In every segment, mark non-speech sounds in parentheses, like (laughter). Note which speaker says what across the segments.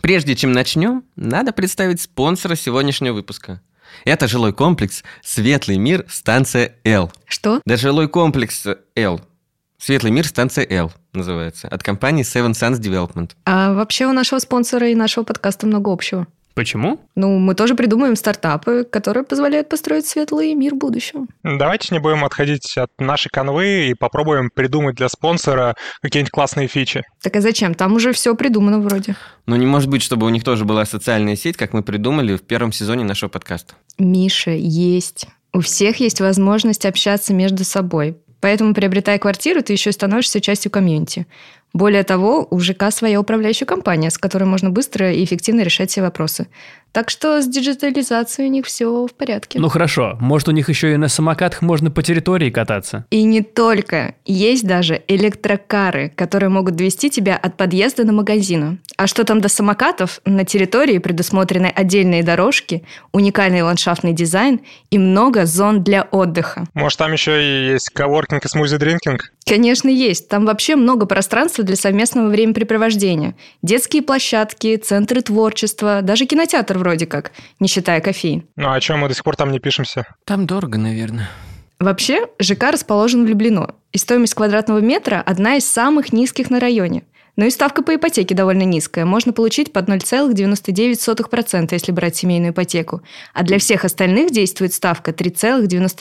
Speaker 1: Прежде чем начнем, надо представить спонсора сегодняшнего выпуска. Это жилой комплекс «Светлый мир. Станция Л».
Speaker 2: Что?
Speaker 1: Да жилой комплекс Л. «Светлый мир. Станция Л» называется. От компании Seven Suns Development.
Speaker 2: А вообще у нашего спонсора и нашего подкаста много общего.
Speaker 3: Почему?
Speaker 2: Ну, мы тоже придумываем стартапы, которые позволяют построить светлый мир будущего.
Speaker 4: Давайте не будем отходить от нашей конвы и попробуем придумать для спонсора какие-нибудь классные фичи.
Speaker 2: Так а зачем? Там уже все придумано вроде.
Speaker 1: Но Ну, не может быть, чтобы у них тоже была социальная сеть, как мы придумали в первом сезоне нашего подкаста.
Speaker 2: Миша, есть. У всех есть возможность общаться между собой. Поэтому, приобретая квартиру, ты еще и становишься частью комьюнити. Более того, у ЖК своя управляющая компания, с которой можно быстро и эффективно решать все вопросы. Так что с диджитализацией у них все в порядке.
Speaker 3: Ну хорошо, может у них еще и на самокатах можно по территории кататься.
Speaker 2: И не только. Есть даже электрокары, которые могут довести тебя от подъезда до магазина. А что там до самокатов? На территории предусмотрены отдельные дорожки, уникальный ландшафтный дизайн и много зон для отдыха.
Speaker 4: Может, там еще и есть коворкинг и смузи-дринкинг?
Speaker 2: Конечно, есть. Там вообще много пространства для совместного времяпрепровождения. Детские площадки, центры творчества, даже кинотеатр вроде как, не считая кофеин.
Speaker 4: Ну а чем мы до сих пор там не пишемся?
Speaker 1: Там дорого, наверное.
Speaker 2: Вообще, ЖК расположен в Люблино, и стоимость квадратного метра одна из самых низких на районе. Но и ставка по ипотеке довольно низкая. Можно получить под 0,99%, если брать семейную ипотеку. А для всех остальных действует ставка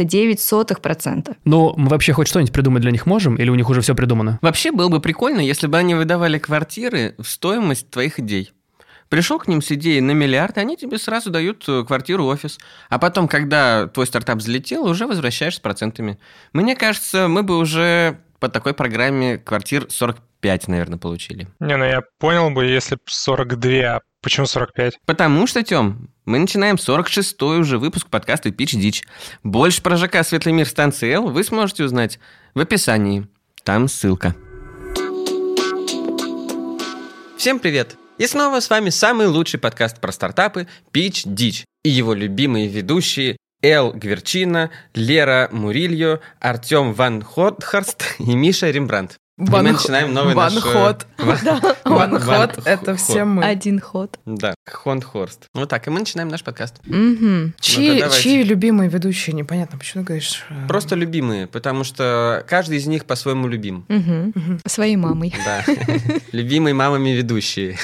Speaker 2: 3,99%.
Speaker 3: Ну, мы вообще хоть что-нибудь придумать для них можем? Или у них уже все придумано?
Speaker 1: Вообще было бы прикольно, если бы они выдавали квартиры в стоимость твоих идей. Пришел к ним с идеей на миллиард, и они тебе сразу дают э, квартиру, офис. А потом, когда твой стартап взлетел, уже возвращаешь с процентами. Мне кажется, мы бы уже по такой программе квартир 45, наверное, получили.
Speaker 4: Не, ну я понял бы, если б 42, а почему 45?
Speaker 1: Потому что, Тем, мы начинаем 46-й уже выпуск подкаста «Пич Дич». Больше про ЖК «Светлый мир» станции Л вы сможете узнать в описании. Там ссылка. Всем привет! И снова с вами самый лучший подкаст про стартапы «Пич Дич» и его любимые ведущие Эл Гверчина, Лера Мурильо, Артем Ван Ходхарст и Миша Рембрандт. И мы начинаем новый
Speaker 5: Ван
Speaker 1: наш... э,
Speaker 5: Ход.
Speaker 1: Ван-
Speaker 5: Ван
Speaker 1: Ван-
Speaker 5: Ход — это
Speaker 1: Ход.
Speaker 5: все мы.
Speaker 2: Один ход.
Speaker 1: Да, Хондхорст. Вот Ну так, и мы начинаем наш подкаст.
Speaker 5: Мгм. Чьи
Speaker 1: давайте.
Speaker 5: чьи любимые ведущие? Непонятно, почему ты говоришь... э,
Speaker 1: Просто любимые, потому что каждый из них по-своему любим.
Speaker 2: Мгм. Своей мамой.
Speaker 5: (laughs)
Speaker 1: Да. Любимые мамами ведущие.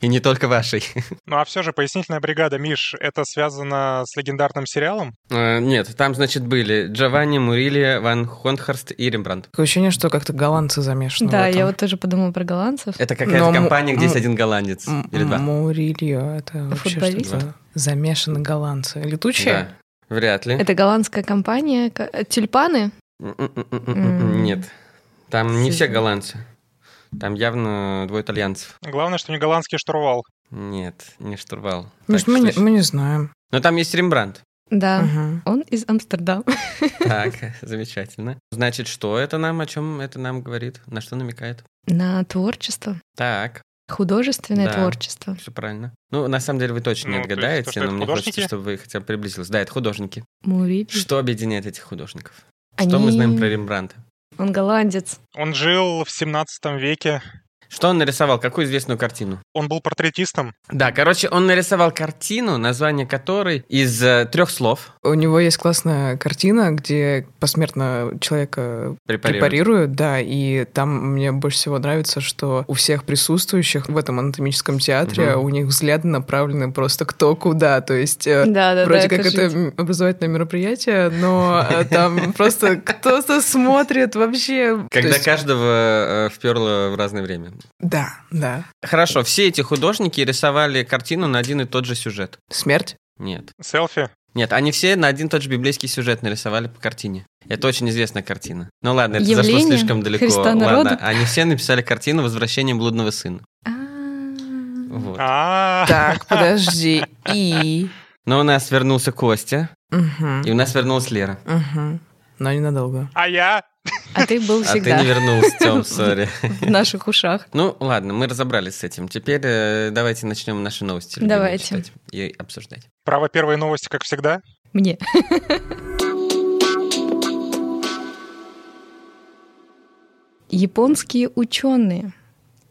Speaker 1: И не только вашей.
Speaker 4: Ну а все же, пояснительная бригада, Миш, это связано с легендарным сериалом?
Speaker 1: Э, Нет, там, значит, были Джованни, Мурилия, Ван Хондхорст и Рембрандт.
Speaker 5: Такое ощущение, что как-то голландцы замешаны в
Speaker 2: Да,
Speaker 5: этом.
Speaker 2: я вот тоже подумала про голландцев.
Speaker 1: Это какая-то
Speaker 5: Но м-
Speaker 1: компания, где есть
Speaker 5: м-
Speaker 1: один голландец.
Speaker 5: М-
Speaker 1: Или два.
Speaker 5: Мурильо, это вообще
Speaker 2: Футболист?
Speaker 5: что-то... Замешаны голландцы. Летучие?
Speaker 1: Да. Вряд ли.
Speaker 2: Это голландская компания. ка- э, Тюльпаны?
Speaker 1: М-м-м-м-м. Нет. Там не все
Speaker 2: Слушай.
Speaker 1: голландцы. Там явно двое итальянцев.
Speaker 4: Главное, что не голландский штурвал.
Speaker 1: Нет, не штурвал.
Speaker 5: Миш,
Speaker 1: Так,
Speaker 5: мы, не,
Speaker 1: слушай.
Speaker 5: мы не знаем.
Speaker 1: Но там есть Рембрандт.
Speaker 2: Да.
Speaker 5: Мгм.
Speaker 2: Он из Амстердама.
Speaker 1: Так, (laughs) замечательно. Значит, что это нам, о чем это нам говорит, на что намекает?
Speaker 2: На творчество.
Speaker 1: Так,
Speaker 2: Художественное
Speaker 1: Да.
Speaker 2: творчество.
Speaker 1: все правильно. Ну, на самом деле, вы точно не
Speaker 4: Ну, то есть то,
Speaker 1: отгадаете,
Speaker 4: что
Speaker 1: но
Speaker 4: это
Speaker 1: мне хочется,
Speaker 4: художники?
Speaker 1: чтобы вы хотя бы приблизились. Да, это художники.
Speaker 2: Муриль.
Speaker 1: Что объединяет этих художников?
Speaker 2: Они-
Speaker 1: Что мы знаем про Рембранта?
Speaker 2: Он голландец.
Speaker 4: Он жил в 17 веке,
Speaker 1: Что он нарисовал? Какую известную картину?
Speaker 4: он был портретистом.
Speaker 1: Да, короче, он нарисовал картину, название которой из э, трех слов
Speaker 5: У него есть классная картина, где посмертно человека
Speaker 1: препарирует.
Speaker 5: препарируют, да, и там мне больше всего нравится, что у всех присутствующих в этом анатомическом театре
Speaker 1: Мгм.
Speaker 5: у них взгляды направлены просто кто куда, то есть э,
Speaker 2: Да, да,
Speaker 5: Вроде как это м- образовательное мероприятие, но
Speaker 1: (laughs)
Speaker 5: э, там просто кто-то смотрит вообще. То
Speaker 1: Когда
Speaker 5: есть-
Speaker 1: каждого э, вперло в разное время.
Speaker 5: Да, да.
Speaker 1: Хорошо, все эти художники рисовали картину на один и тот же сюжет.
Speaker 5: Смерть?
Speaker 1: Нет.
Speaker 4: Селфи.
Speaker 1: Нет, они все на один и тот же библейский сюжет нарисовали по картине. Это очень известная картина. Ну ладно, это зашло
Speaker 2: Явление
Speaker 1: слишком далеко.
Speaker 2: Христа
Speaker 1: ладно,
Speaker 2: народа.
Speaker 1: они все написали картину «Возвращение блудного сына».
Speaker 2: А.
Speaker 1: Вот.
Speaker 4: А,
Speaker 5: Так, подожди. И...
Speaker 1: Но у нас вернулся Костя,
Speaker 5: Мгм,
Speaker 1: и у нас вернулась Лера.
Speaker 5: мгм. Но ненадолго.
Speaker 4: а я?
Speaker 2: А ты был
Speaker 1: А ты не
Speaker 2: всегда
Speaker 1: вернулся,
Speaker 2: (laughs)
Speaker 1: Тём, сори.
Speaker 2: в наших ушах.
Speaker 1: Ну, ладно, мы разобрались с этим. Теперь э, давайте начнем наши новости. любимые,
Speaker 2: Давайте.
Speaker 1: читать и обсуждать.
Speaker 4: Право первой новости, как всегда.
Speaker 2: Мне. Японские ученые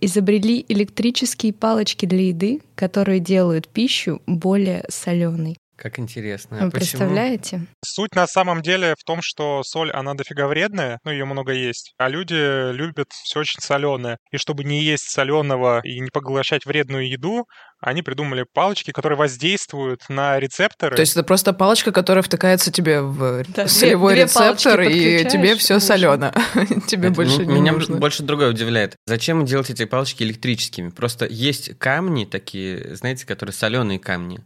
Speaker 2: изобрели электрические палочки для еды, которые делают пищу более соленой.
Speaker 1: Как интересно. А
Speaker 2: Вы представляете?
Speaker 4: Суть на самом деле в том, что соль, она дофига вредная, ну, ее много есть, а люди любят все очень соленое. И чтобы не есть соленого и не поглощать вредную еду, они придумали палочки, которые воздействуют на рецепторы.
Speaker 5: То есть это просто палочка, которая втыкается тебе в
Speaker 2: Да, две-
Speaker 5: солевой
Speaker 2: две
Speaker 5: рецептор,
Speaker 2: палочки
Speaker 5: и
Speaker 2: подключаешь,
Speaker 5: тебе все
Speaker 2: и всё.
Speaker 5: солено. (laughs) Тебе
Speaker 1: Это
Speaker 5: больше
Speaker 1: м-
Speaker 5: не
Speaker 1: Меня
Speaker 5: нужно.
Speaker 1: больше другое удивляет. Зачем делать эти палочки электрическими? Просто есть камни такие, знаете, которые соленые камни.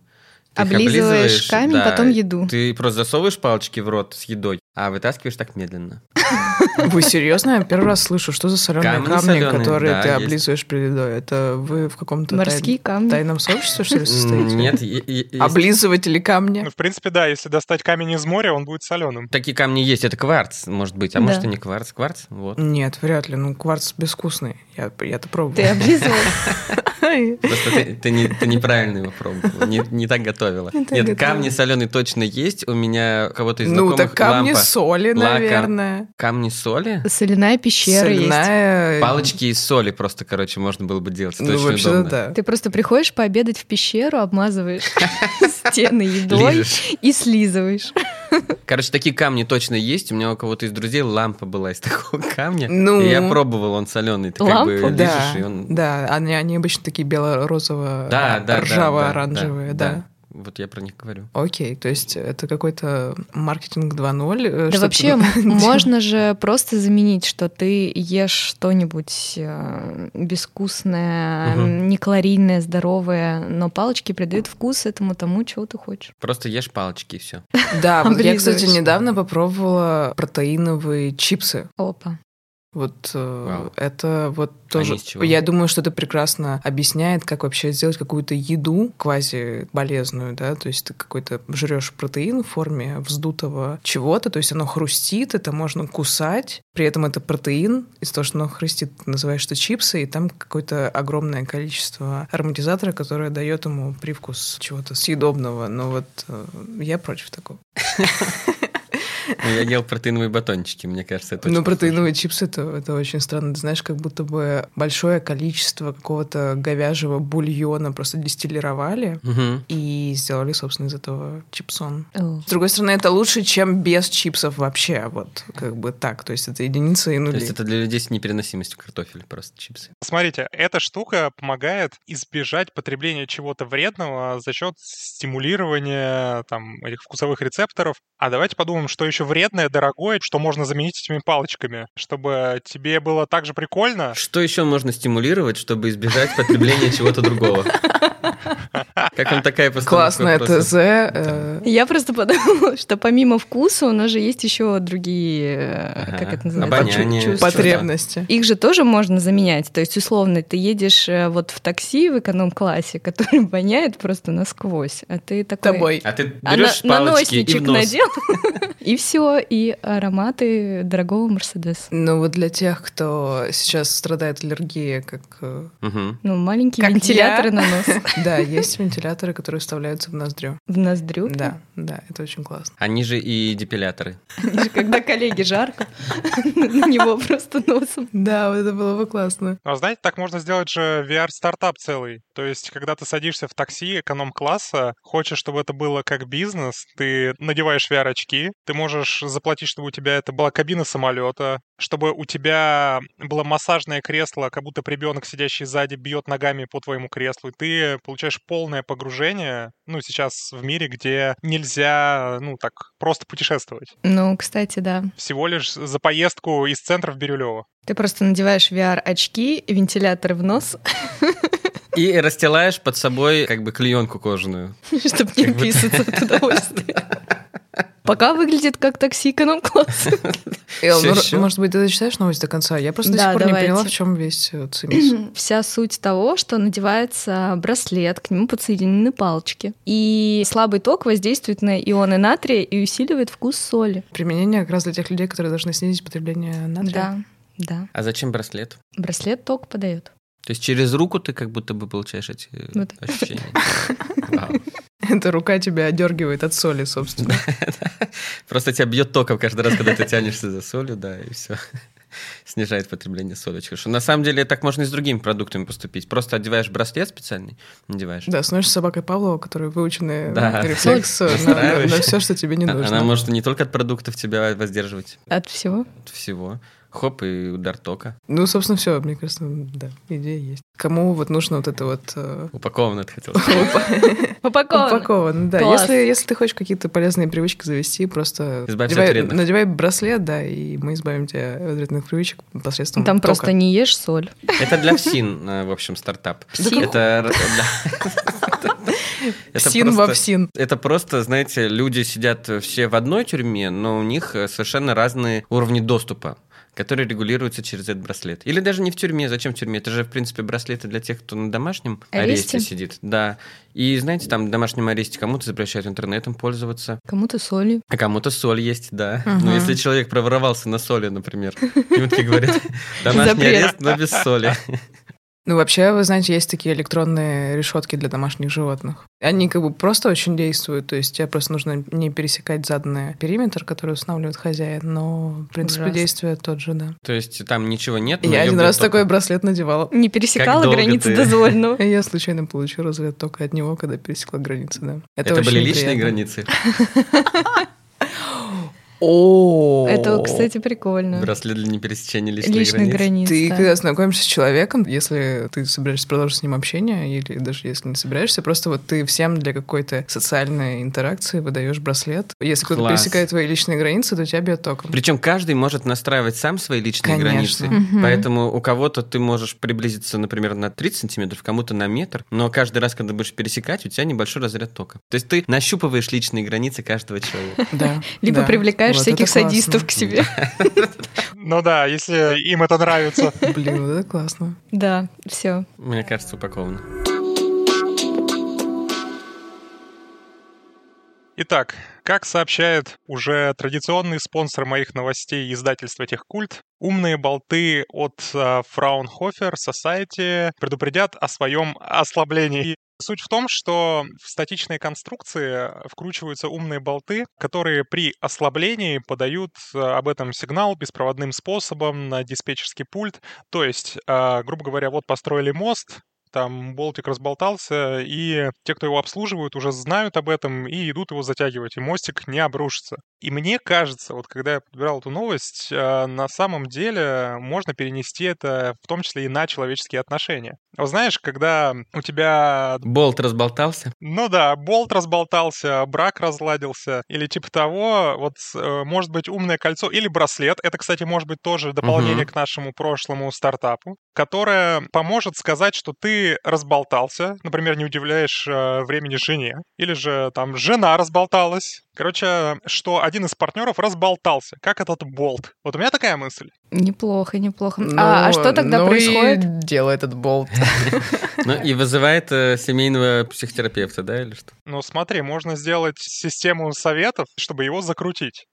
Speaker 1: Ты их
Speaker 2: Облизываешь камень,
Speaker 1: да,
Speaker 2: потом еду.
Speaker 1: Ты просто засовываешь палочки в рот с едой, а вытаскиваешь так медленно.
Speaker 5: Вы серьезно? Я первый раз слышу, что за соленые
Speaker 1: Камни
Speaker 5: камни,
Speaker 1: солёные,
Speaker 5: которые
Speaker 1: да,
Speaker 5: ты
Speaker 1: есть.
Speaker 5: облизываешь при едой? Это вы в каком-то тай-
Speaker 2: Морские камни.
Speaker 5: тайном сообществе, что ли, состоите?
Speaker 1: Нет, е- е- есть-
Speaker 5: Облизыватели камня.
Speaker 4: Ну, в принципе, да, если достать камень из моря, он будет соленым.
Speaker 1: такие камни есть. Это кварц, может быть, а
Speaker 2: Да.
Speaker 1: может и не кварц, кварц, вот.
Speaker 5: Нет, вряд ли. Ну, кварц безвкусный. Я, я-то
Speaker 2: Ты
Speaker 5: (laughs) пробовал.
Speaker 2: облизывал?
Speaker 1: (laughs) Просто ты, ты не, ты неправильно его пробовала, не, не так готовила.
Speaker 2: Не так
Speaker 1: Нет,
Speaker 2: готовила.
Speaker 1: камни соленые точно есть. У меня у кого-то из
Speaker 5: Ну,
Speaker 1: знакомых
Speaker 5: так камни
Speaker 1: лампа.
Speaker 5: соли,
Speaker 1: лака,
Speaker 5: наверное.
Speaker 1: Камни соли?
Speaker 2: Соляная пещера есть.
Speaker 5: Соляная...
Speaker 1: Палочки из соли просто, короче, можно было бы делать. Это
Speaker 5: Э, Ну,
Speaker 1: очень
Speaker 5: вообще-то
Speaker 1: удобно.
Speaker 5: да.
Speaker 2: Ты просто приходишь пообедать в пещеру, обмазываешь (laughs) стены едой
Speaker 1: Лижешь. Ну,
Speaker 2: и слизываешь.
Speaker 1: Короче, такие камни точно есть. У меня у кого-то из друзей лампа была из такого (laughs) камня.
Speaker 5: Ну.
Speaker 1: И я пробовал, он соленый. Ты как бы
Speaker 2: Лампа?
Speaker 1: лижешь,
Speaker 5: Да,
Speaker 1: и он...
Speaker 5: да, они, они обычно такие бело-розово,
Speaker 1: Да, да, да, да,
Speaker 5: ржаво-оранжевые, да.
Speaker 1: Вот я про них говорю.
Speaker 5: Окей, то есть это какой-то маркетинг 2.0. э,
Speaker 2: Да
Speaker 5: что-то
Speaker 2: вообще м-
Speaker 5: такое.
Speaker 2: можно же просто заменить, что ты ешь что-нибудь э, безвкусное,
Speaker 1: Мгм.
Speaker 2: м, некалорийное, здоровое, но палочки придают вкус этому тому, чего ты хочешь.
Speaker 1: Просто ешь палочки и все.
Speaker 5: (laughs) Да, вот я,
Speaker 2: Облизываешь.
Speaker 5: кстати, недавно попробовала протеиновые чипсы.
Speaker 2: Опа.
Speaker 5: Вот э,
Speaker 1: Вау.
Speaker 5: это вот тоже.
Speaker 1: из чего?
Speaker 5: Я думаю, что это прекрасно объясняет, как вообще сделать какую-то еду квази болезную, да, то есть ты какой-то жрешь протеин в форме вздутого чего-то, то есть оно хрустит, это можно кусать, при этом это протеин, из-за того, что оно хрустит, ты называешь это чипсы, и там какое-то огромное количество ароматизатора, которое дает ему привкус чего-то съедобного, но вот э, я против такого.
Speaker 1: Но Ну, я ел протеиновые батончики, мне кажется, это очень
Speaker 5: Ну,
Speaker 1: похоже.
Speaker 5: протеиновые чипсы это, это очень странно. Ты знаешь, как будто бы большое количество какого-то говяжьего бульона просто дистиллировали
Speaker 1: Мгм.
Speaker 5: и сделали, собственно, из этого чипсон.
Speaker 2: О.
Speaker 5: С другой стороны, это лучше, чем без чипсов вообще. Вот как бы так. То есть это единицы и
Speaker 1: То
Speaker 5: нули.
Speaker 1: есть это для людей с непереносимостью картофеля, просто чипсы.
Speaker 4: Смотрите, эта штука помогает избежать потребления чего-то вредного за счет стимулирования там, этих вкусовых рецепторов. А давайте подумаем, что еще вредное, дорогое, что можно заменить этими палочками, чтобы тебе было так же прикольно.
Speaker 1: Что еще можно стимулировать, чтобы избежать потребления чего-то
Speaker 5: (laughs)
Speaker 1: другого? Как вам такая постановка
Speaker 5: Классное
Speaker 1: вопроса?
Speaker 5: ТЗ. э,
Speaker 2: Я просто подумала, что помимо вкуса у нас же есть еще другие, э,
Speaker 1: Ага.
Speaker 2: как это называется,
Speaker 1: Обоняние,
Speaker 2: чу- чувства.
Speaker 1: чувства.
Speaker 5: потребности.
Speaker 2: Их же тоже можно заменять. То есть, условно, ты едешь э, вот в такси в эконом-классе, (laughs) который воняет просто насквозь, а ты такой...
Speaker 5: Тобой.
Speaker 1: А ты
Speaker 2: А
Speaker 1: берешь
Speaker 2: на-
Speaker 1: палочки и
Speaker 2: наносничек
Speaker 1: в нос.
Speaker 2: надел, (laughs) и все, и ароматы дорогого Мерседеса.
Speaker 5: Ну вот для тех, кто сейчас страдает аллергией, как э,
Speaker 1: Мгм.
Speaker 2: Ну, маленькие
Speaker 5: Как я.
Speaker 2: вентиляторы на нос, (laughs)
Speaker 5: да, есть вентиляторы, которые вставляются в ноздрю.
Speaker 2: в ноздрю. (laughs)
Speaker 5: Да, да, это очень классно.
Speaker 1: Они же и депиляторы.
Speaker 2: Они же, Когда коллеге жарко, (laughs) на него просто носом.
Speaker 5: Да, вот это было бы классно.
Speaker 4: А знаете, так можно сделать же VR-стартап целый. То есть, когда ты садишься в такси эконом-класса, хочешь, чтобы это было как бизнес, ты надеваешь VR-очки, ты можешь заплатить, чтобы у тебя это была кабина самолета, чтобы у тебя было массажное кресло, как будто ребенок, сидящий сзади, бьет ногами по твоему креслу, и ты получаешь полное погружение, ну, сейчас в мире, где нельзя, ну, так, просто путешествовать.
Speaker 2: Ну, кстати, да.
Speaker 4: Всего лишь за поездку из центра в Бирюлево.
Speaker 2: Ты просто надеваешь VR-очки, вентилятор в нос,
Speaker 1: И расстилаешь под собой как бы клеенку кожаную.
Speaker 2: (laughs) чтобы не
Speaker 1: Как бы-
Speaker 2: писаться от удовольствия. Пока выглядит как такси эконом-класс.
Speaker 5: Эл,
Speaker 1: Всё
Speaker 5: ну,
Speaker 1: ещё?
Speaker 5: может быть, ты дочитаешь новость до конца? Я просто
Speaker 2: Да,
Speaker 5: до сих пор
Speaker 2: давайте.
Speaker 5: не поняла, в чем весь э, цимис.
Speaker 2: (laughs) (clears throat) Вся суть того, что надевается браслет, к нему подсоединены палочки. И слабый ток воздействует на ионы натрия и усиливает вкус соли.
Speaker 5: Применение как раз для тех людей, которые должны снизить потребление натрия. (laughs)
Speaker 2: Да, да.
Speaker 1: А зачем браслет?
Speaker 2: Браслет ток подает.
Speaker 1: То есть через руку ты как будто бы получаешь эти э,
Speaker 2: Вот.
Speaker 1: ощущения. Вау.
Speaker 5: Эта рука тебя одергивает от соли, собственно.
Speaker 1: Просто тебя бьет током каждый раз, когда ты тянешься за солью, да, и все. (laughs) снижает потребление соли очень хорошо. На самом деле так можно и с другими продуктами поступить. Просто одеваешь браслет специальный, надеваешь.
Speaker 5: Да, становишься собакой Павлова, которая выученный
Speaker 1: Да.
Speaker 5: рефлекс э, на,
Speaker 1: Настраиваешь.
Speaker 5: все, что тебе не
Speaker 1: А-
Speaker 5: нужно.
Speaker 1: Она может не только от продуктов тебя воздерживать
Speaker 2: От всего.
Speaker 1: от всего. Хоп, и удар тока.
Speaker 5: Ну, собственно, все, мне кажется, да, идея есть. Кому вот нужно вот это вот э,
Speaker 1: Упаковано, ты хотела сказать.
Speaker 5: упаковано,
Speaker 6: Упакован.
Speaker 5: ну да.
Speaker 6: Класс.
Speaker 5: Если, если ты хочешь какие-то полезные привычки завести, просто
Speaker 1: Избавься
Speaker 5: надевай,
Speaker 1: от вредных.
Speaker 5: надевай браслет, да, и мы избавим тебя от вредных привычек посредством
Speaker 2: Там
Speaker 5: тока.
Speaker 2: просто не ешь соль.
Speaker 1: Это для ПСИН, э, в общем, стартап.
Speaker 2: Псин?
Speaker 1: Это...
Speaker 2: (laughs)
Speaker 1: да. Это
Speaker 5: Псин
Speaker 1: просто-
Speaker 5: во псин.
Speaker 1: Это просто, знаете, люди сидят все в одной тюрьме, но у них э, совершенно разные уровни доступа которые регулируются через этот браслет. Или даже не в тюрьме. Зачем в тюрьме? Это же, в принципе, браслеты для тех, кто на домашнем аресте,
Speaker 2: Аресте?
Speaker 1: сидит. Да. И, знаете, там в домашнем аресте кому-то запрещают интернетом пользоваться,
Speaker 2: Кому-то соли.
Speaker 1: а кому-то соль есть, да.
Speaker 5: Мгм.
Speaker 1: Ну, если человек проворовался на соли, например, ему такие
Speaker 2: (laughs)
Speaker 1: говорят, домашний
Speaker 2: Запрет.
Speaker 1: арест, но без соли.
Speaker 5: Ну, вообще, вы знаете, есть такие электронные решетки для домашних животных. Они как бы просто очень действуют, то есть тебе просто нужно не пересекать заданный периметр, который устанавливает хозяин, но принцип
Speaker 2: Ужасно.
Speaker 5: действия тот же, да.
Speaker 1: То есть там ничего нет. но
Speaker 5: Я один
Speaker 1: её
Speaker 5: раз
Speaker 1: будет
Speaker 5: такой
Speaker 1: только-
Speaker 5: браслет надевала. (laughs)
Speaker 2: Не
Speaker 1: Как
Speaker 2: пересекала
Speaker 1: долго
Speaker 2: границы
Speaker 1: ты?
Speaker 2: дозволенного.
Speaker 5: Я случайно получила развед только от него, когда пересекла границу, да.
Speaker 1: Это
Speaker 5: очень
Speaker 1: были личные
Speaker 5: неприятно.
Speaker 1: границы.
Speaker 5: О,
Speaker 2: Это, кстати, прикольно.
Speaker 1: Браслет для непересечения личных,
Speaker 2: Личных
Speaker 1: границ.
Speaker 2: границ.
Speaker 5: Ты
Speaker 2: да.
Speaker 5: когда знакомишься с человеком, если ты собираешься продолжить с ним общение, или даже если не собираешься, просто вот ты всем для какой-то социальной интеракции выдаешь браслет. Если кто-то
Speaker 1: Класс.
Speaker 5: пересекает твои личные границы, то тебя бьет током.
Speaker 1: Причем каждый может настраивать сам свои личные
Speaker 5: Конечно.
Speaker 1: границы.
Speaker 2: Мгм.
Speaker 1: Поэтому у кого-то ты можешь приблизиться, например, на 30 сантиметров, кому-то на метр, но каждый раз, когда будешь пересекать, у тебя небольшой разряд тока. То есть ты нащупываешь личные границы каждого
Speaker 5: (laughs)
Speaker 1: человека.
Speaker 5: Да.
Speaker 2: Либо
Speaker 5: да.
Speaker 2: привлекаешь
Speaker 5: Вот
Speaker 2: всяких
Speaker 5: это классно.
Speaker 2: садистов к себе.
Speaker 4: Ну да, если им это нравится.
Speaker 5: Блин, вот это классно.
Speaker 2: Да, все.
Speaker 1: Мне кажется, упаковано.
Speaker 4: Итак, как сообщает уже традиционный спонсор моих новостей издательство Техкульт, умные болты от э, Fraunhofer Society предупредят о своем ослаблении. Суть в том, что в статичные конструкции э, вкручиваются умные болты, которые при ослаблении подают э, об этом сигнал беспроводным способом на диспетчерский пульт. То есть, э, грубо говоря, вот построили мост, там болтик разболтался, и те, кто его обслуживают, уже знают об этом и идут его затягивать, и мостик не обрушится. И мне кажется, вот когда я подбирал эту новость, э, на самом деле можно перенести это в том числе и на человеческие отношения. Вот знаешь, когда у тебя
Speaker 1: Болт разболтался.
Speaker 4: ну да, болт разболтался, брак разладился, или типа того, вот э, может быть умное кольцо или браслет, это, кстати, может быть тоже дополнение
Speaker 1: Мгм.
Speaker 4: к нашему прошлому стартапу, которое поможет сказать, что ты разболтался, например, не удивляешь э, времени жене, или же там жена разболталась. Короче, что один из партнеров разболтался, как этот болт. Вот у меня такая мысль.
Speaker 2: Неплохо, неплохо. (laughs) а, а
Speaker 5: Ну,
Speaker 2: что тогда
Speaker 5: ну и
Speaker 2: происходит?
Speaker 5: делай этот болт.
Speaker 1: Ну и вызывает э, семейного психотерапевта, да, или что?
Speaker 4: Ну, смотри, можно сделать систему советов, чтобы его закрутить.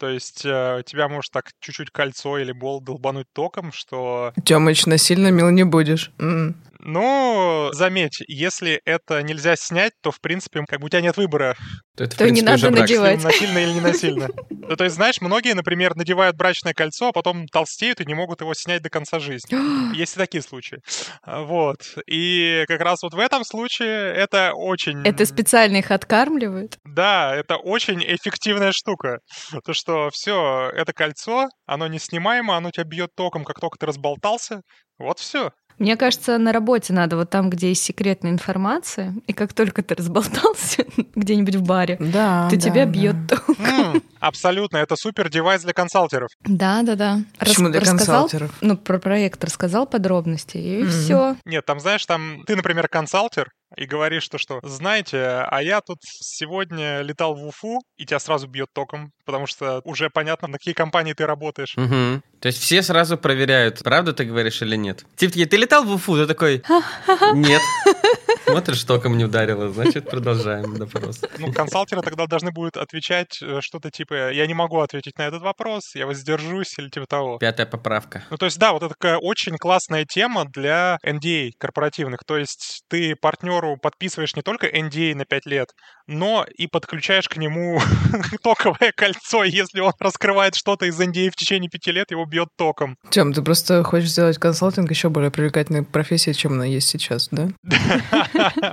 Speaker 4: То есть э, тебя может так чуть-чуть кольцо или болт долбануть током, что...
Speaker 5: Тёмыч, насильно мил не будешь. М.
Speaker 4: Ну, заметь, если это нельзя снять, то, в принципе, как бы у тебя нет выбора, (laughs)
Speaker 1: То это, в
Speaker 2: То не
Speaker 1: принципе,
Speaker 2: надо
Speaker 1: уже брак.
Speaker 2: надевать.
Speaker 4: если насильно или не насильно. Ну, то есть, знаешь, многие, например, надевают брачное кольцо, а потом толстеют и не могут его снять до конца жизни. Есть и такие случаи. А, Вот. И как раз вот в этом случае это очень...
Speaker 2: Это специально их откармливают?
Speaker 4: Да, это очень эффективная штука. То, что все, это кольцо, оно не снимаемо, оно тебя бьет током, как только ты разболтался. Вот все.
Speaker 2: Мне кажется, на работе надо вот там, где есть секретная информация, и как только ты разболтался (laughs) где-нибудь в баре,
Speaker 5: Да,
Speaker 2: то
Speaker 5: да,
Speaker 2: тебя
Speaker 5: А, да.
Speaker 2: бьет ток.
Speaker 4: Абсолютно, это супер девайс для консалтеров.
Speaker 2: Да, да, да.
Speaker 5: Почему для
Speaker 2: рассказал,
Speaker 5: консалтеров?
Speaker 2: ну, про проект рассказал подробности, и
Speaker 5: Мгм.
Speaker 2: все.
Speaker 4: Нет, там, знаешь, там ты, например, консалтер, и говоришь то, что, знаете, а я тут сегодня летал в Уфу, и тебя сразу бьет током, потому что уже понятно, на какие компании ты работаешь.
Speaker 1: Мгм. То есть все сразу проверяют, правду ты говоришь или нет. Типа, такие, ты летал в Уфу? Ты такой, нет. Смотришь, током не ударило, значит, продолжаем допрос.
Speaker 4: Ну, консалтеры тогда должны будут отвечать э, что-то типа «я не могу ответить на этот вопрос», «я воздержусь» или типа того.
Speaker 1: Пятая поправка.
Speaker 4: Ну, то есть, да, вот это такая очень классная тема для NDA корпоративных. То есть ты партнеру подписываешь не только NDA на 5 лет, но и подключаешь к нему (laughs) токовое кольцо. Если он раскрывает что-то из NDA в течение 5 лет, его бьет током.
Speaker 5: Тем, ты просто хочешь сделать консалтинг еще более привлекательной профессией, чем она есть сейчас, да?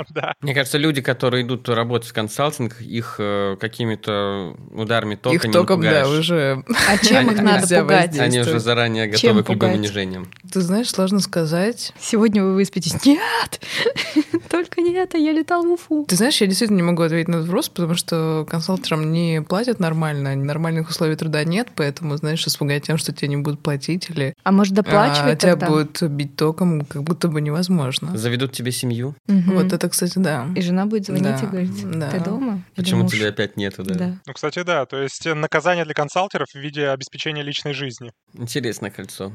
Speaker 4: Да.
Speaker 1: Мне кажется, люди, которые идут работать в консалтинг, их э, какими-то ударами тока
Speaker 5: Их
Speaker 1: не
Speaker 5: током, да,
Speaker 1: напугаешь.
Speaker 5: уже. (laughs)
Speaker 6: А чем их
Speaker 1: Они-
Speaker 6: надо
Speaker 5: нельзя
Speaker 6: пугать?
Speaker 1: Они уже
Speaker 5: действуют.
Speaker 1: заранее готовы
Speaker 6: Чем
Speaker 1: к любым
Speaker 6: пугать?
Speaker 1: унижениям.
Speaker 5: Ты знаешь, сложно сказать.
Speaker 6: Сегодня вы выспитесь.
Speaker 2: (laughs)
Speaker 6: Нет! Только не это, я летал в Уфу.
Speaker 5: Ты знаешь, я действительно не могу ответить на этот вопрос, потому что консалтерам не платят нормально, нормальных условий труда нет, поэтому, знаешь, испугать тем, что тебе не будут платить или
Speaker 6: А может,
Speaker 5: а,
Speaker 6: доплачивать
Speaker 5: тебя
Speaker 6: тогда?
Speaker 5: будут бить током, как будто бы невозможно.
Speaker 1: Заведут тебе семью?
Speaker 6: Мгм.
Speaker 5: Вот это, кстати, да.
Speaker 6: И жена будет звонить
Speaker 5: Да,
Speaker 6: и говорить,
Speaker 5: да.
Speaker 6: ты дома? Или
Speaker 1: Почему
Speaker 6: муж?»
Speaker 1: тебя опять нету, да?
Speaker 6: Да.
Speaker 4: Ну, кстати, да, то есть э, наказание для консалтеров в виде обеспечения личной жизни.
Speaker 1: Интересное кольцо.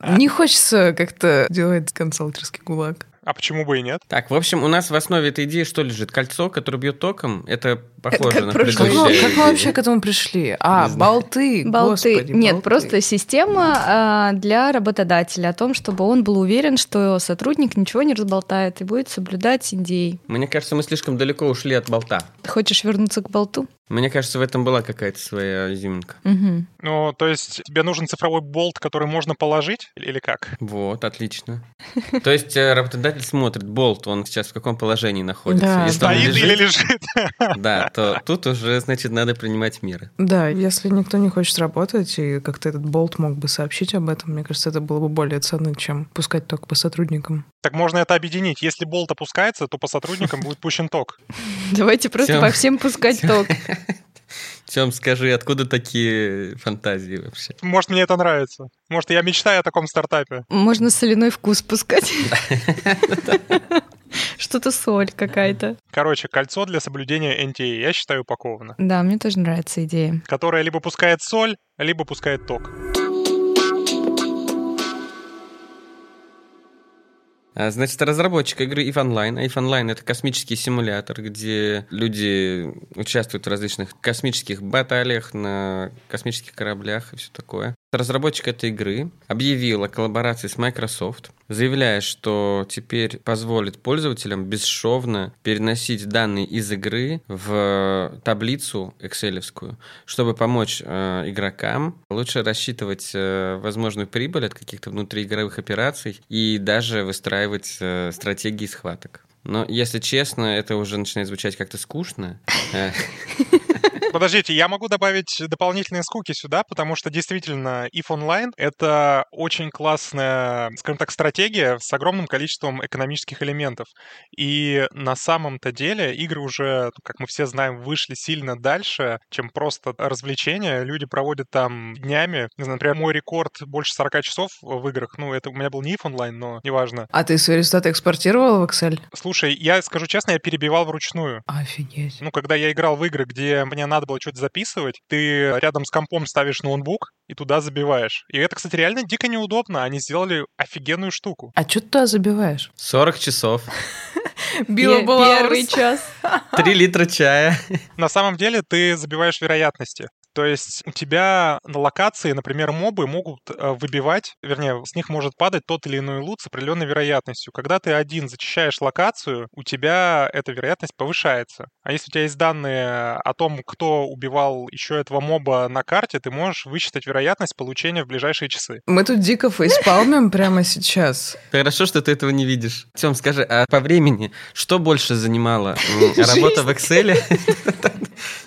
Speaker 6: А.
Speaker 5: Не хочется как-то делать консалтерский гулаг.
Speaker 4: А почему бы и нет?
Speaker 1: Так, в общем, у нас в основе этой идеи что лежит? Кольцо, которое бьет током? Это похоже
Speaker 6: как
Speaker 1: на
Speaker 6: прошлый
Speaker 5: Как,
Speaker 1: предыдущие
Speaker 5: вы- как вы
Speaker 1: идеи.
Speaker 5: вообще к этому пришли? А,
Speaker 1: Не знаю.
Speaker 5: болты,
Speaker 6: Болты.
Speaker 5: господи,
Speaker 6: Нет,
Speaker 5: болты.
Speaker 6: просто система а, для работодателя о том, чтобы он был уверен, что сотрудник ничего не разболтает и будет соблюдать индей.
Speaker 1: Мне кажется, мы слишком далеко ушли от болта.
Speaker 6: Ты хочешь вернуться к болту?
Speaker 1: Мне кажется, в этом была какая-то своя изюминка.
Speaker 6: Мгм.
Speaker 4: Ну, то есть тебе нужен цифровой болт, который можно положить или как?
Speaker 1: Вот, отлично. (laughs) То есть э, работодатель смотрит, болт, он сейчас в каком положении находится.
Speaker 5: Да.
Speaker 1: Если он
Speaker 4: Стоит или
Speaker 1: лежит,
Speaker 4: лежит? (laughs)
Speaker 1: Да, то тут уже, значит, надо принимать меры.
Speaker 5: Да, если никто не хочет работать, и как-то этот болт мог бы сообщить об этом, мне кажется, это было бы более ценно, чем пускать только по сотрудникам.
Speaker 4: Так можно это объединить. Если болт опускается, то по сотрудникам будет пущен ток.
Speaker 6: Давайте просто
Speaker 1: Всем-
Speaker 6: по всем пускать
Speaker 1: всем-
Speaker 6: ток.
Speaker 1: Тем, скажи, откуда такие фантазии вообще?
Speaker 4: Может, мне это нравится. Может, я мечтаю о таком стартапе.
Speaker 6: Можно соляной вкус
Speaker 1: (laughs)
Speaker 6: пускать. Что-то соль какая-то.
Speaker 4: Короче, кольцо для соблюдения NTA, я считаю, упаковано.
Speaker 6: Да, мне тоже нравится идея.
Speaker 4: Которое либо пускает соль, либо пускает ток.
Speaker 1: А, Значит, разработчик игры EVE Online. А EVE Online — это космический симулятор, где люди участвуют в различных космических баталиях на космических кораблях и все такое. Разработчик этой игры объявил о коллаборации с Microsoft, заявляя, что теперь позволит пользователям бесшовно переносить данные из игры в таблицу Excelевскую, чтобы помочь э, игрокам лучше рассчитывать э, возможную прибыль от каких-то внутриигровых операций и даже выстраивать э, стратегии схваток. Но, если честно, это уже начинает звучать как-то скучно. Э,
Speaker 4: Подождите, я могу добавить дополнительные скуки сюда, потому что действительно If Online — это очень классная, скажем так, стратегия с огромным количеством экономических элементов. И на самом-то деле игры уже, ну, как мы все знаем, вышли сильно дальше, чем просто развлечения. Люди проводят там днями. Не знаю, например, мой рекорд больше 40 часов в играх. Ну, это у меня был не If Online, но неважно.
Speaker 5: А ты свои результаты экспортировала в Excel?
Speaker 4: Слушай, я скажу честно, я перебивал вручную.
Speaker 5: Офигеть.
Speaker 4: Ну, когда я играл в игры, где мне надо было что-то записывать, ты рядом с компом ставишь ноутбук и туда забиваешь. И это, кстати, реально дико неудобно. Они сделали офигенную штуку.
Speaker 5: А что ты туда забиваешь?
Speaker 1: 40 часов,
Speaker 6: Пе- Первый час.
Speaker 1: 3 литра чая.
Speaker 4: На самом деле ты забиваешь вероятности. То есть у тебя на локации, например, мобы могут э, выбивать, вернее, с них может падать тот или иной лут с определенной вероятностью. Когда ты один зачищаешь локацию, у тебя эта вероятность повышается. А если у тебя есть данные о том, кто убивал еще этого моба на карте, ты можешь высчитать вероятность получения в ближайшие часы.
Speaker 5: Мы тут дико фейспалмим прямо сейчас.
Speaker 1: Хорошо, что ты этого не видишь. Тем, скажи, а по времени что больше занимала м, работа в Excel (laughs)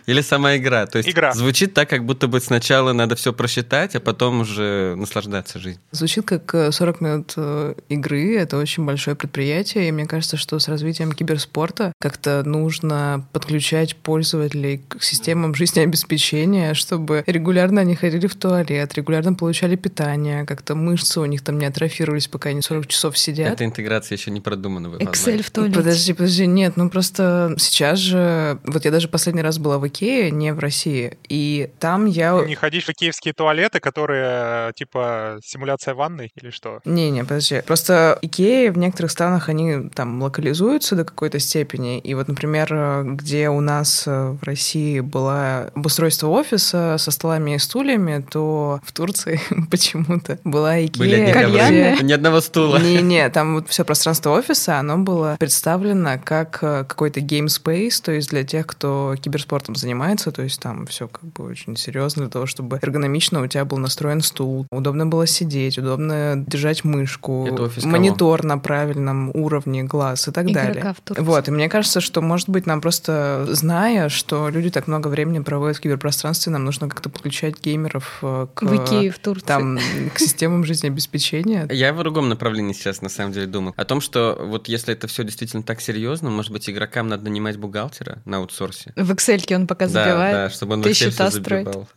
Speaker 1: или сама игра? То есть
Speaker 4: Игра.
Speaker 1: звучит так, как будто бы сначала надо все просчитать, а потом уже наслаждаться жизнью.
Speaker 5: Звучит как э, 40 минут э, игры, это очень большое предприятие, и мне кажется, что с развитием киберспорта как-то нужно подключать пользователей к системам жизнеобеспечения, чтобы регулярно они ходили в туалет, регулярно получали питание, как-то мышцы у них там не атрофировались, пока они 40 часов сидят.
Speaker 1: Эта интеграция еще не продумана в EVE
Speaker 6: Excel
Speaker 1: Online.
Speaker 6: в туалете.
Speaker 5: Подожди, подожди, нет, ну просто сейчас же... Вот я даже последний раз была в Икее, не в России, и И там я...
Speaker 4: Не ходишь в киевские туалеты, которые э, типа симуляция ванной или что?
Speaker 5: Не-не, подожди. Просто Икеи в некоторых странах, они там локализуются до какой-то степени. И вот, например, э, где у нас э, в России было обустройство офиса со столами и стульями, то в Турции (laughs) почему-то была Икея.
Speaker 1: Были одни
Speaker 5: где-
Speaker 2: кальянные?
Speaker 1: Ни одного стула.
Speaker 5: Не-не, там вот все пространство офиса, оно было представлено как э, какой-то game space, то есть для тех, кто киберспортом занимается, то есть там все как бы очень серьезно для того, чтобы эргономично у тебя был настроен стул, удобно было сидеть, удобно держать мышку,
Speaker 1: Это офис кого?
Speaker 5: монитор на правильном уровне глаз и так далее.
Speaker 2: Игрока в Турции.
Speaker 5: Вот, и мне кажется, что, может быть, нам просто, зная, что люди так много времени проводят в киберпространстве, нам нужно как-то подключать геймеров э, к,
Speaker 2: В Икее, в Турции.
Speaker 5: там, к системам жизнеобеспечения.
Speaker 1: Я в другом направлении сейчас на самом деле думаю. О том, что вот если это все действительно так серьезно, может быть, игрокам надо нанимать бухгалтера на аутсорсе.
Speaker 2: В Excel он пока забивает.
Speaker 1: Да, да, чтобы он
Speaker 2: ты
Speaker 1: вообще
Speaker 2: счета
Speaker 1: все забивал.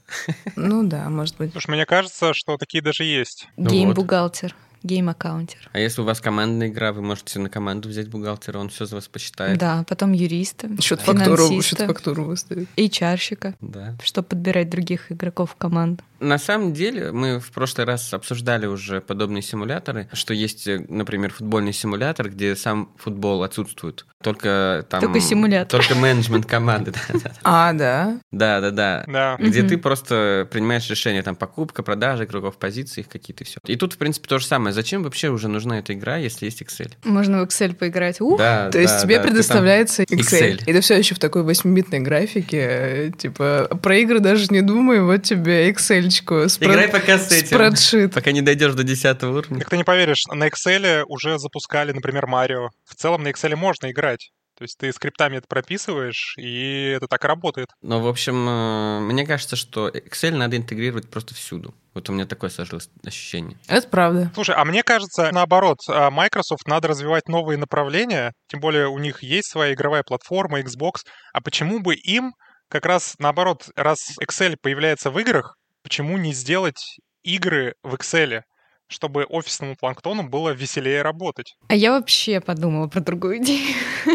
Speaker 5: Ну да, может быть.
Speaker 4: Слушай, мне кажется, что такие даже есть.
Speaker 1: Ну
Speaker 2: Гейм-бухгалтер, гейм-аккаунтер.
Speaker 1: А если у вас командная игра, вы можете на команду взять бухгалтера, он все за вас посчитает.
Speaker 2: Да, потом юриста,
Speaker 5: Счет-фактуру,
Speaker 2: Финансиста.
Speaker 5: счет-фактуру выставить.
Speaker 2: HR-щика,
Speaker 1: Да.
Speaker 2: чтобы подбирать других игроков в команду.
Speaker 1: На самом деле, мы в прошлый раз обсуждали уже подобные симуляторы, что есть, э, например, футбольный симулятор, где сам футбол отсутствует. Только там...
Speaker 2: Только симулятор.
Speaker 1: Только менеджмент команды.
Speaker 5: (laughs)
Speaker 1: да.
Speaker 5: А, да.
Speaker 1: Да, да, да.
Speaker 4: Да.
Speaker 1: Где
Speaker 2: Мгм.
Speaker 1: ты просто принимаешь решение, там, покупка, продажа, игроков позиций, их какие-то все. И тут, в принципе, то же самое. Зачем вообще уже нужна эта игра, если есть Excel?
Speaker 2: Можно в Excel поиграть. Ух,
Speaker 1: Да,
Speaker 5: То есть
Speaker 1: да,
Speaker 5: тебе
Speaker 1: да, ты там-
Speaker 5: предоставляется Excel.
Speaker 1: Excel.
Speaker 5: И ты все еще в такой восьмибитной графике. э, Типа, про игры даже не думай, вот тебе Excel-чку. спред-
Speaker 1: Играй пока с этим.
Speaker 5: Спредшит.
Speaker 1: Пока не дойдешь до 10 уровня.
Speaker 4: Так ты не поверишь, на Excel уже запускали, например, Марио. В целом на Excel можно играть. То есть ты скриптами это прописываешь, и это так и работает.
Speaker 1: Но, в общем, э, мне кажется, что Excel надо интегрировать просто всюду. Вот у меня такое сложилось ощущение.
Speaker 5: Это правда.
Speaker 4: Слушай, а мне кажется, наоборот, а, Microsoft надо развивать новые направления, тем более у них есть своя игровая платформа, Xbox. А почему бы им как раз наоборот, раз Excel появляется в играх, почему не сделать игры в Excel, чтобы офисному планктону было веселее работать?
Speaker 2: А я вообще подумала про другую идею. (laughs)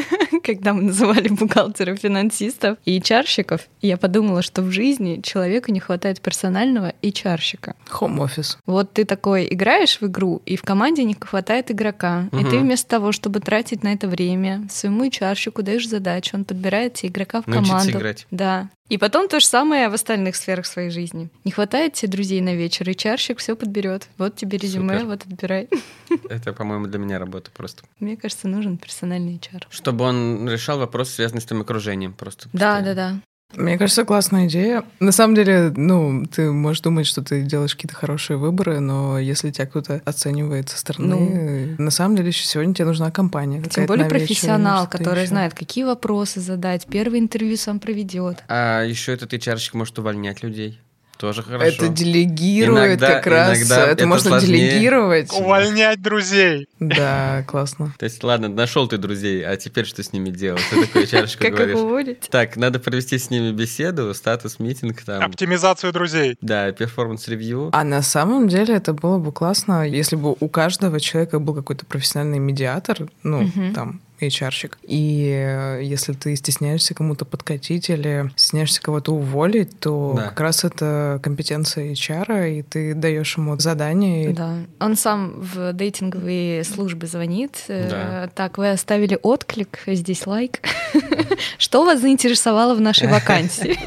Speaker 2: Когда мы называли бухгалтеров, финансистов и чарщиков, я подумала, что в жизни человеку не хватает персонального и чарщика.
Speaker 5: Хом-офис.
Speaker 2: Вот ты такой играешь в игру, и в команде не хватает игрока. И
Speaker 1: Мгм.
Speaker 2: ты вместо того, чтобы тратить на это время, своему чарщику даешь задачу, он подбирает тебе игрока в
Speaker 1: Научиться
Speaker 2: команду.
Speaker 1: играть.
Speaker 2: Да. И потом то же самое в остальных сферах своей жизни. Не хватает тебе друзей на вечер, и чарщик все подберет. Вот тебе резюме,
Speaker 1: Супер.
Speaker 2: вот отбирай. (laughs)
Speaker 1: Это, по-моему, для меня работа просто.
Speaker 2: Мне кажется, нужен персональный чар.
Speaker 1: Чтобы он решал вопрос, связанный с твоим окружением просто.
Speaker 2: Да,
Speaker 1: постоянно.
Speaker 2: да, да.
Speaker 5: Мне кажется, классная идея. На самом деле, ну, ты можешь думать, что ты делаешь какие-то хорошие выборы, но если тебя кто-то оценивает со стороны, на самом деле еще сегодня тебе нужна компания.
Speaker 2: Ну. Тем
Speaker 5: какая-то
Speaker 2: более
Speaker 5: навязчивая,
Speaker 2: профессионал,
Speaker 5: что-то
Speaker 2: который
Speaker 5: еще.
Speaker 2: знает, какие вопросы задать, первое интервью сам проведет.
Speaker 1: А еще этот HR-щик может увольнять людей. Тоже хорошо.
Speaker 5: Это делегирует
Speaker 1: Иногда-
Speaker 5: как раз.
Speaker 1: иногда
Speaker 5: Это,
Speaker 1: это
Speaker 5: можно
Speaker 1: сложнее.
Speaker 5: делегировать.
Speaker 4: Увольнять друзей!
Speaker 5: Да, классно.
Speaker 1: То есть, ладно, нашел ты друзей, а теперь что с ними делать? Ты такой HR-щику
Speaker 2: Как их
Speaker 1: говоришь.
Speaker 2: уволить?
Speaker 1: Так, надо провести с ними беседу, статус, митинг там.
Speaker 4: Оптимизацию друзей.
Speaker 1: Да, перформанс-ревью.
Speaker 5: А на самом деле это было бы классно, если бы у каждого человека был какой-то профессиональный медиатор, ну,
Speaker 2: Мгм.
Speaker 5: там, HR-щик. И э, если ты стесняешься кому-то подкатить или стесняешься кого-то уволить, то
Speaker 1: Да.
Speaker 5: как раз это компетенция HR, и ты даешь ему задание. и-
Speaker 2: Да. Он сам в дейтинговые службы звонит. Э,
Speaker 1: Да.
Speaker 2: Так, вы оставили отклик, здесь лайк. (laughs) Что вас заинтересовало в нашей вакансии?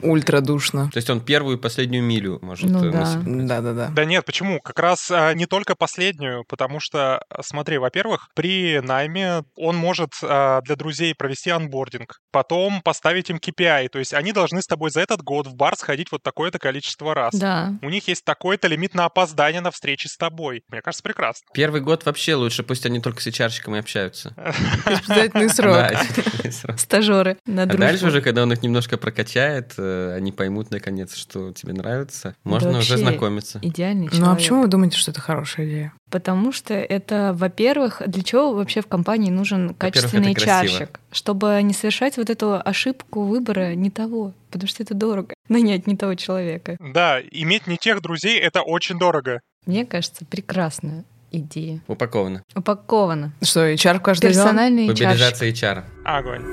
Speaker 5: Ультра душно.
Speaker 1: То есть он первую и последнюю милю может
Speaker 2: Ну
Speaker 1: э,
Speaker 2: да.
Speaker 1: на себе-
Speaker 5: Да-да-да.
Speaker 4: Да нет, почему? Как раз а, не только последнюю, потому что, а, смотри, во-первых, при найме он может а, для друзей провести анбординг, потом поставить им KPI, то есть они должны с тобой за этот год в бар сходить вот такое-то количество раз.
Speaker 2: Да.
Speaker 4: У них есть такой-то лимит на опоздание на встречи с тобой. Мне кажется, прекрасно.
Speaker 1: Первый год вообще лучше, пусть они только с HR-щиком и общаются. А
Speaker 5: Обязательный срок.
Speaker 1: Да, (laughs) испытательный срок.
Speaker 2: Стажеры на
Speaker 1: А
Speaker 2: дружбу.
Speaker 1: дальше уже, когда он их немножко прокачает, э, они поймут наконец, что тебе нравится, можно
Speaker 2: вообще-
Speaker 1: уже знакомиться.
Speaker 2: Идеальный человек.
Speaker 5: Ну а почему вы думаете, что это хорошая идея?
Speaker 2: Потому что это, во-первых, для чего вообще в компании нужен качественный
Speaker 1: это красиво.
Speaker 2: чарщик? Чтобы не совершать вот эту ошибку выбора не того, потому что это дорого. (laughs) Нанять не того человека.
Speaker 4: (laughs) Да, иметь не тех друзей — это очень дорого.
Speaker 2: Мне кажется, прекрасная идея.
Speaker 1: Упаковано.
Speaker 2: Упакована.
Speaker 5: Что, HR в каждый день?
Speaker 2: Персональный чарщик.
Speaker 1: Мобилизация HR.
Speaker 4: Огонь.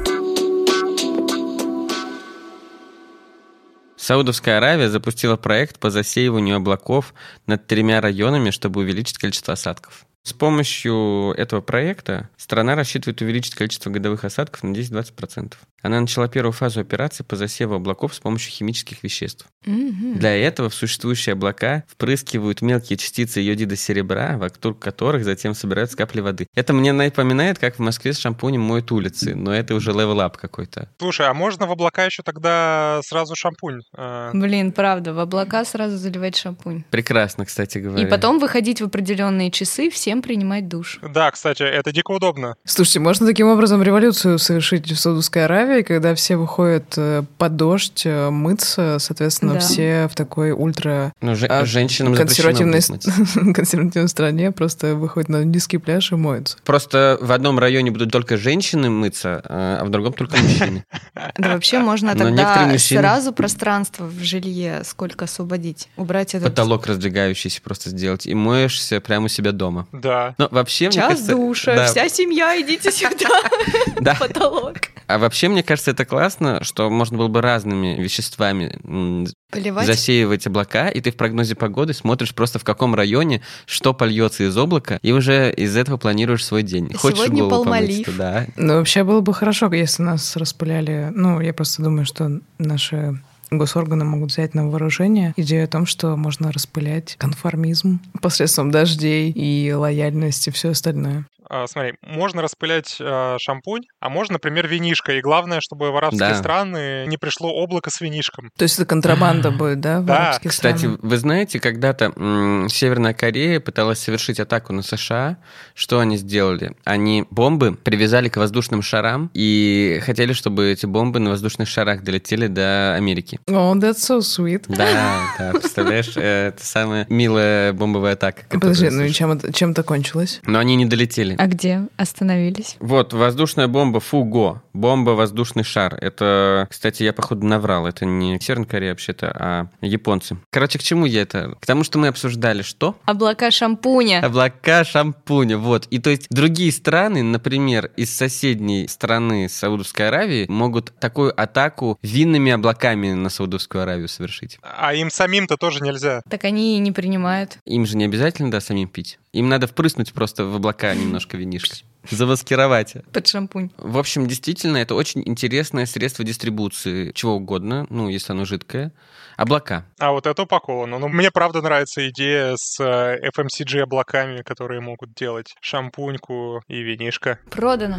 Speaker 1: Саудовская Аравия запустила проект по засеиванию облаков над тремя районами, чтобы увеличить количество осадков. С помощью этого проекта страна рассчитывает увеличить количество годовых осадков на 10-20%. Она начала первую фазу операции по засеву облаков с помощью химических веществ.
Speaker 6: Мгм.
Speaker 1: Для этого в существующие облака впрыскивают мелкие частицы йодида серебра, вокруг которых затем собираются капли воды. Это мне напоминает, как в Москве с шампунем моют улицы, но это уже левелап какой-то.
Speaker 4: Слушай, а можно в облака еще тогда сразу шампунь? э,
Speaker 6: Блин, правда, в облака сразу заливать шампунь.
Speaker 1: Прекрасно, кстати говоря.
Speaker 6: И потом выходить в определенные часы, всем принимать душ.
Speaker 4: Да, кстати, это дико удобно.
Speaker 5: Слушайте, можно таким образом революцию совершить в Саудовской Аравии, когда все выходят э, под дождь э, мыться, соответственно,
Speaker 6: Да.
Speaker 5: все в такой ультра (laughs)
Speaker 1: Ну, же-
Speaker 5: а,
Speaker 1: женщинам
Speaker 5: консервативной
Speaker 1: запрещено
Speaker 5: с- консервативной стране просто выходят на низкий пляж и моются.
Speaker 1: Просто в одном районе будут только женщины мыться, а в другом только мужчины.
Speaker 6: (laughs) Да
Speaker 1: (laughs)
Speaker 6: вообще можно
Speaker 1: Но
Speaker 6: тогда
Speaker 1: Ну, некоторые мужчины-
Speaker 6: сразу пространство в жилье сколько освободить, убрать этот
Speaker 1: Потолок раздвигающийся просто сделать. И моешься прямо у себя дома.
Speaker 4: Да.
Speaker 1: Но вообще, мне
Speaker 6: час
Speaker 1: кажется...
Speaker 6: душа,
Speaker 1: да,
Speaker 6: вся семья, идите сюда,
Speaker 1: (laughs) да.
Speaker 6: потолок.
Speaker 1: А вообще, мне кажется, это классно, что можно было бы разными веществами м,
Speaker 6: Поливать?
Speaker 1: засеивать облака, и ты в прогнозе погоды смотришь просто в каком районе, что польется из облака, и уже из этого планируешь свой день. Хочешь
Speaker 6: Сегодня
Speaker 1: голову помыть,
Speaker 6: полмолив.
Speaker 1: то да.
Speaker 5: Но вообще было бы хорошо, если нас распыляли. Ну, я просто думаю, что наши госорганы могут взять на вооружение идею о том, что можно распылять конформизм посредством дождей и лояльности и все остальное.
Speaker 4: А, Смотри, можно распылять э, шампунь, а можно, например, винишко. И главное, чтобы в арабские
Speaker 1: Да.
Speaker 4: страны не пришло облако с винишком.
Speaker 5: То есть это контрабанда будет, да, в
Speaker 4: Да.
Speaker 5: арабских
Speaker 1: Кстати,
Speaker 5: странах?
Speaker 1: вы знаете, когда-то м, Северная Корея пыталась совершить атаку на США. Что они сделали? Они бомбы привязали к воздушным шарам и хотели, чтобы эти бомбы на воздушных шарах долетели до Америки.
Speaker 5: Oh, that's so sweet.
Speaker 1: Да, да, представляешь, э, это самая милая бомбовая атака. которая
Speaker 5: Подожди, ну и
Speaker 1: совершена.
Speaker 5: чем, это- чем это кончилось?
Speaker 1: Но они не долетели.
Speaker 6: А где остановились?
Speaker 1: Вот, воздушная бомба Фуго, бомба воздушный шар. Это, кстати, я, походу, наврал. Это не Северная Корея вообще-то, а японцы. Короче, к чему я это? К тому, что мы обсуждали, что?
Speaker 6: Облака
Speaker 1: А
Speaker 6: шампуня.
Speaker 1: Облака шампуня, вот. И то есть другие страны, например, из соседней страны Саудовской Аравии, могут такую атаку винными облаками на Саудовскую Аравию совершить.
Speaker 4: А им самим-то тоже нельзя.
Speaker 6: Так они и не принимают.
Speaker 1: Им же не обязательно, да, самим пить. Им надо впрыснуть просто в облака немножко винишки. Замаскировать.
Speaker 6: Под шампунь.
Speaker 1: В общем, действительно, это очень интересное средство дистрибуции чего угодно, ну, если оно жидкое. Облака.
Speaker 4: А вот это упаковано. Ну, мне правда нравится идея с э, FMCG облаками, которые могут делать шампуньку и винишко.
Speaker 6: Продано.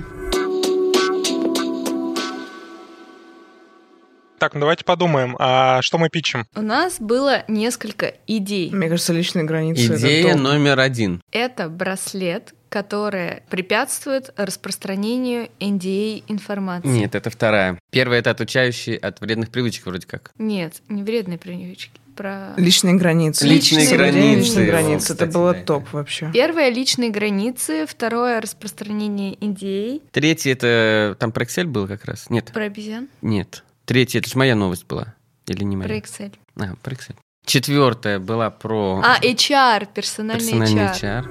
Speaker 4: Так, ну давайте подумаем, а что мы пичем?
Speaker 6: У нас было несколько идей.
Speaker 5: Мне кажется, личные границы... это
Speaker 1: Идея
Speaker 5: долго.
Speaker 1: номер один.
Speaker 6: Это браслет, который препятствует распространению NDA информации.
Speaker 1: Нет, это вторая. Первая — это отучающий от вредных привычек вроде как.
Speaker 6: Нет, не вредные привычки. Про...
Speaker 5: Личные границы.
Speaker 1: Личные
Speaker 6: границы.
Speaker 5: Личные границы.
Speaker 1: Вот, кстати,
Speaker 5: это было
Speaker 1: да, это-
Speaker 5: топ вообще.
Speaker 6: Первое — личные границы, второе — распространение NDA.
Speaker 1: Третья — это... Там про Excel был как раз? Нет,
Speaker 6: Про обезьян,
Speaker 1: нет. Третья — это же моя новость была. Или не
Speaker 6: про
Speaker 1: моя?
Speaker 6: Excel.
Speaker 1: А, про Excel. Четвертая была про...
Speaker 6: А, HR, персональный,
Speaker 1: Персональный
Speaker 6: HR.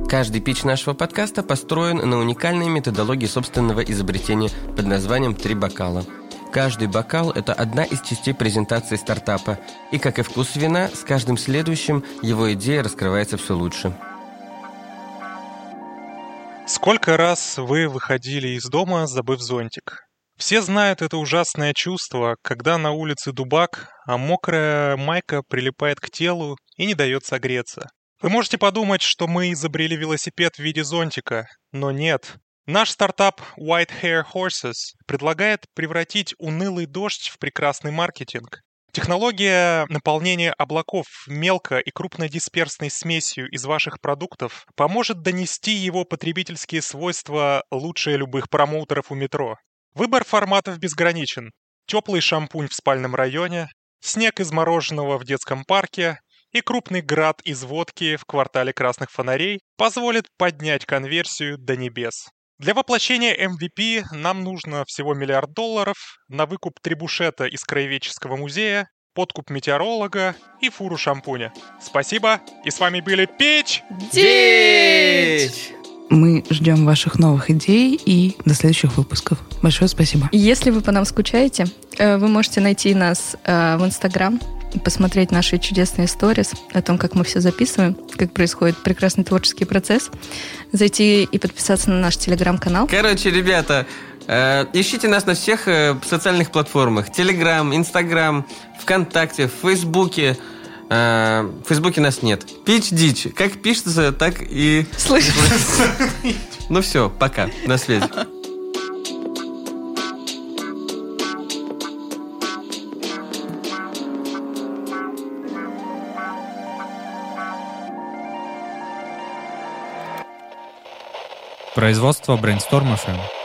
Speaker 7: HR. Каждый пич нашего подкаста построен на уникальной методологии собственного изобретения под названием «Три бокала». Каждый бокал – это одна из частей презентации стартапа. И, как и вкус вина, с каждым следующим его идея раскрывается все лучше.
Speaker 4: Сколько раз вы выходили из дома, забыв зонтик? Все знают это ужасное чувство, когда на улице дубак, а мокрая майка прилипает к телу и не дает согреться. Вы можете подумать, что мы изобрели велосипед в виде зонтика, но нет. Наш стартап White Hair Horses предлагает превратить унылый дождь в прекрасный маркетинг. Технология наполнения облаков мелко и крупнодисперсной смесью из ваших продуктов поможет донести его потребительские свойства лучше любых промоутеров у метро. Выбор форматов безграничен. Теплый шампунь в спальном районе, снег из мороженого в детском парке и крупный град из водки в квартале красных фонарей позволит поднять конверсию до небес. Для воплощения MVP нам нужно всего миллиард долларов на выкуп трибушета из краеведческого музея, подкуп метеоролога и фуру шампуня. Спасибо, и с вами были Пич!
Speaker 6: Дичь!
Speaker 8: Мы ждем ваших новых идей и до следующих выпусков. Большое спасибо.
Speaker 6: Если вы по нам скучаете, э, вы можете найти нас э, в Инстаграм, посмотреть наши чудесные сторис о том, как мы все записываем, как происходит прекрасный творческий процесс, зайти и подписаться на наш телеграм-канал.
Speaker 1: Короче, ребята, э, ищите нас на всех э, социальных платформах. Телеграм, Инстаграм, ВКонтакте, в Фейсбуке. Э, в Фейсбуке нас нет. Пич дичь. Как пишется, так и...
Speaker 6: Слышишь?
Speaker 1: Ну все, пока. На связи.
Speaker 9: Производство Brainstorm FM.